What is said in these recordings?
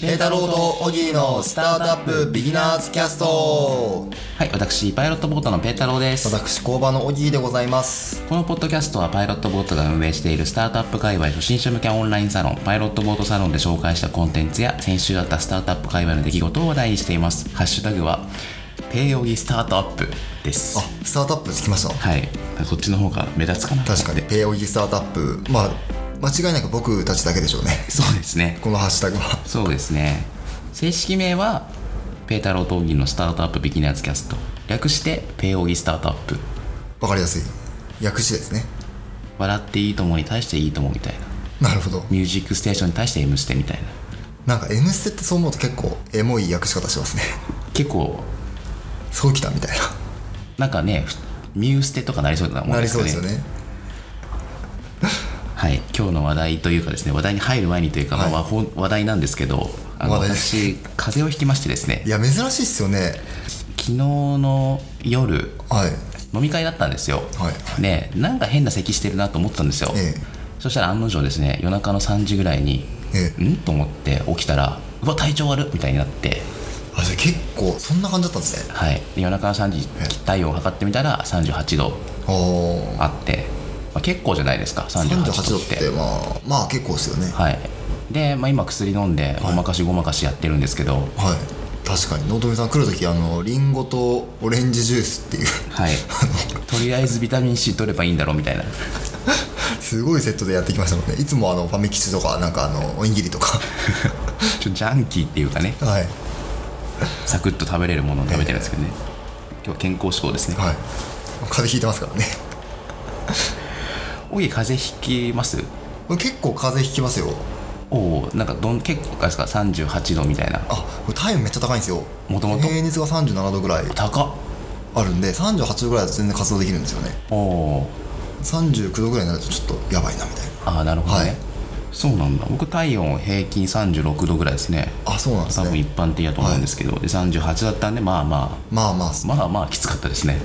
ペータローとオギーのスタートアップビギナーズキャストはい、私、パイロットボートのペータローです。私工場のオギーでございますこのポッドキャストはパイロットボートが運営しているスタートアップ界隈初心者向けオンラインサロン、パイロットボートサロンで紹介したコンテンツや、先週あったスタートアップ界隈の出来事を話題にしています。ハッシュタグは、ペイオギスタートアップです。あスタートアップつきましたはい、こっちの方が目立つかなと思確っかて。にペーオギスタートアップまあ間違いなく僕たちだけでしょうねそうですね。このハッシュタグはそうですね。正式名は、ペータローとオギーのスタートアップビギナーズキャスト。略して、ペイオギスタートアップ。わかりやすい訳詞ですね笑っていいともに対していいともみたいな。なるほどミュージックステーションに対して M ステみたいな。なんか「M ステ」ってそう思うと結構エモい訳し方しますね結構、そうきたみたいなんかね、ふミューステとかなりそうなもんななでりすそようね。ですよねはい。今日の話題というかですね、話題に入る前にというか、まあはいまあほん話題なんですけど、あの話題です私、風邪をひきましてですねい、や珍しいっすよね昨日の夜、はい飲み会だったんですよ。はいで、なんか変な咳してるなと思ったんですよ。えそしたら案の定ですね、夜中の3時ぐらいに、ええんと思って起きたら、うわ、体調悪っみたいになって、あじゃあ結構そんな感じだったんですねはい。で夜中の3時ええ、体温を測ってみたら38度。おーあって、まあ、結構じゃないですか38 38度度っっててまあまあ結構ですよねはい、はいで、まあ、今薬飲んでごまかしごまかしやってるんですけど、はい確かに納富さん来る時あのリンゴとオレンジジュースっていう とりあえずビタミン C 取ればいいんだろうみたいなすごいセットでやってきましたもんねいつもあのファミキチとかなんかあのおにぎりとかちょっとジャンキーっていうかねはいサクッと食べれるものを食べてるんですけどね今日は健康志向ですねはい風邪ひいてますからねおい風邪ひきますこれ結構風邪ひきますよおおなんかどん結構あれですか38度みたいなあこれ体温めっちゃ高いんですよ元々平熱が37度ぐらい高っあるんで38度ぐらいだと全然活動できるんですよねおお39度ぐらいになるとちょっとやばいなみたいなああなるほどね、はいそうなんだ僕体温平均36度ぐらいですねあそうなんです多分ね一般的だと思うんですけど、で38だったんでまあままあまああまあまあきつかったですね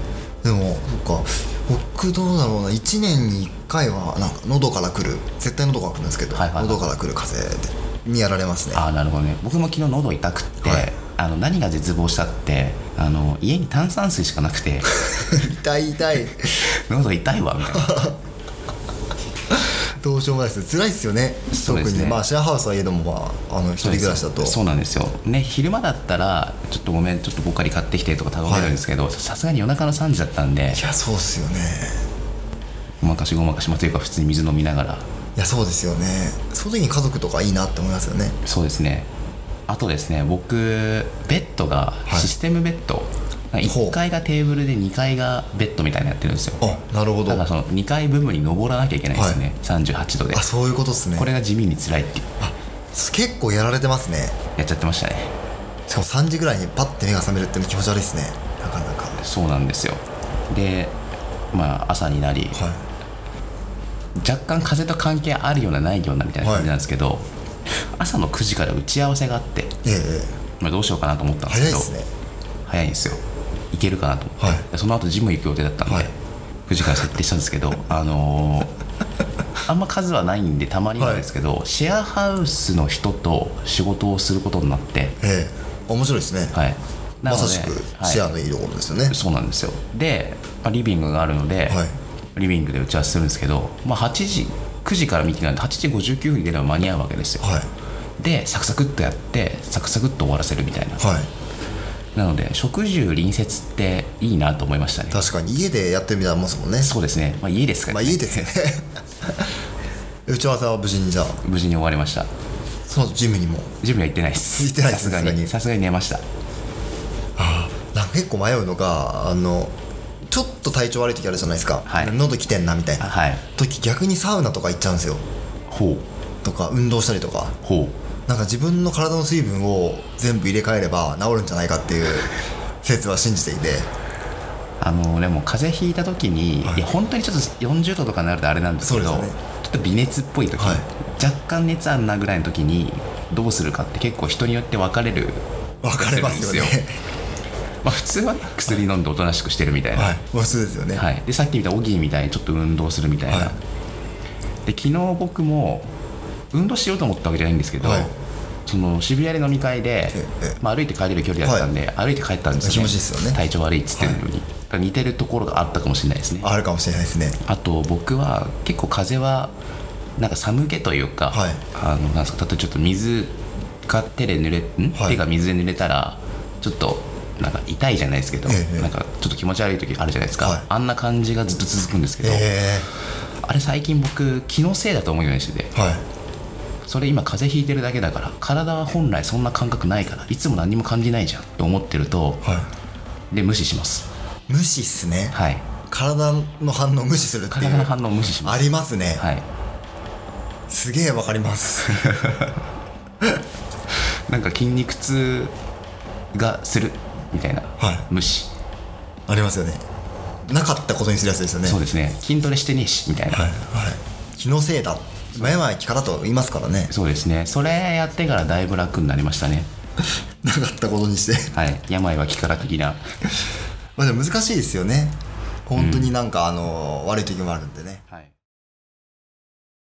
でもそっか僕どうだろうな1年に1回はなんか喉から来る絶対喉から来るんですけど、はいはいはい喉から来る風邪にやられますねああなるほどね僕も昨日喉痛くって、はいあの何が絶望したってあの家に炭酸水しかな くて 痛い痛い喉痛いわみたい などうしようもないです辛いですよねそうですね特にまあシェアハウスはいえどもまああの一人暮らしだとそうなんですよね昼間だったらちょっとごめんちょっとボカリ買ってきてとか頼めるんですけどさすがに夜中の3時だったんでいやそうっすよねごまかしごまかしまあというか普通に水飲みながらいやそうですよねその時に家族とかいいなって思いますよねそうですねあとですね僕ベッドがいシステムベッド、ほう1階がテーブルで2階がベッドみたいなのやってるんですよあなるほどだからその2階部分に登らなきゃいけないですね、38度であそういうことっすねこれが地味に辛いって結構やられてますねやっちゃってましたねしかも3時ぐらいにパッて目が覚めるっていうの気持ち悪いっすねなかなかはそうなんですよでまあ朝になりい若干風邪と関係あるようなないようなみたいな感じなんですけど、朝の9時から打ち合わせがあって、えええまあ、どうしようかなと思ったえんで早いですけどすね早いんですよ行けるかなと思って、はいでその後ジム行く予定だったんで、はい9時から設定したんです けどあのーあんま数はないんでたまになんですけど、シェアハウスの人と仕事をすることになってええ面白いですね、はいなまのでさしくシェアのいいところですよね、はい、そうなんですよで、まあ、リビングがあるので、はいリビングで打ち合わせするんですけど、まあ、8時9時からミーティングなんで8時59分に出れば間に合うわけですよ、はいでサクサクっとやってサクサクっと終わらせるみたいなはい、なので食住隣接っていいなと思いましたね確かに家でやってみたらもんですもんねそうですね、まあ、家ですから、まあねいいですよね 打ち合わせは無事にじゃあ無事に終わりましたその後ジムにもジムは行ってないです行ってないでさすすがさすがににさすがに寝ましたなんか結構迷うのがあのちょっと体調悪い時あるじゃないですか、はい喉きてんなみたいあなはい時逆にサウナとか行っちゃうんですよほうとか運動したりとかほなんか自分の体の水分を全部入れ替えれば治るんじゃないかっていう説は信じてい てうあのでも風邪ひいた時に、はいい、や本当にちょっと40度とかになるとあれなんですけどそうですよねちょっと微熱っぽい時、はい若干熱あんなぐらいの時にどうするかって結構人によって分かれる、分かれますよねそうですまあ、普通はね薬飲んでおとなしくしてるみたいな、はいまあそうですよね、はい、でさっき見たオギーみたいにちょっと運動するみたいな、はいで昨日僕も運動しようと思ったわけじゃないんですけど、はいその渋谷で飲み会でええ、まあ、歩いて帰れる距離だったんで、歩いて帰ったんですよ、ね、気持ちいいっすよね体調悪いっつってるのに、だから似てるところがあったかもしれないですねあるかもしれないですねあと僕は結構風はなんか寒気というか、はいあのなんすか例えばちょっと水が手で濡れん、はい手が水で濡れたらちょっとなんか痛いじゃないですけど、ええなんかちょっと気持ち悪い時あるじゃないですか、はいあんな感じがずっと続くんですけど、えあれ最近僕気のせいだと思うようにしててえはいそれ今風邪ひいてるだけだから体は本来そんな感覚ないからいつも何も感じないじゃんって思ってるとはいで無視します無視っすね、はい体の反応を無視するってい体のう反応を無視しまあすりますね、はいすげえわかります なんか筋肉痛がするみたいな、はい無視ありますよねなかったことにするやつですよねそうですね筋トレしてねえしみたいな、はい、はい、気のせいだ前は生き方と言いますからねそうですねそれやってからだいぶ楽になりましたね なかったことにしてはい病は気から的なまあでも難しいですよね本当になんかあの、悪い時もあるんでね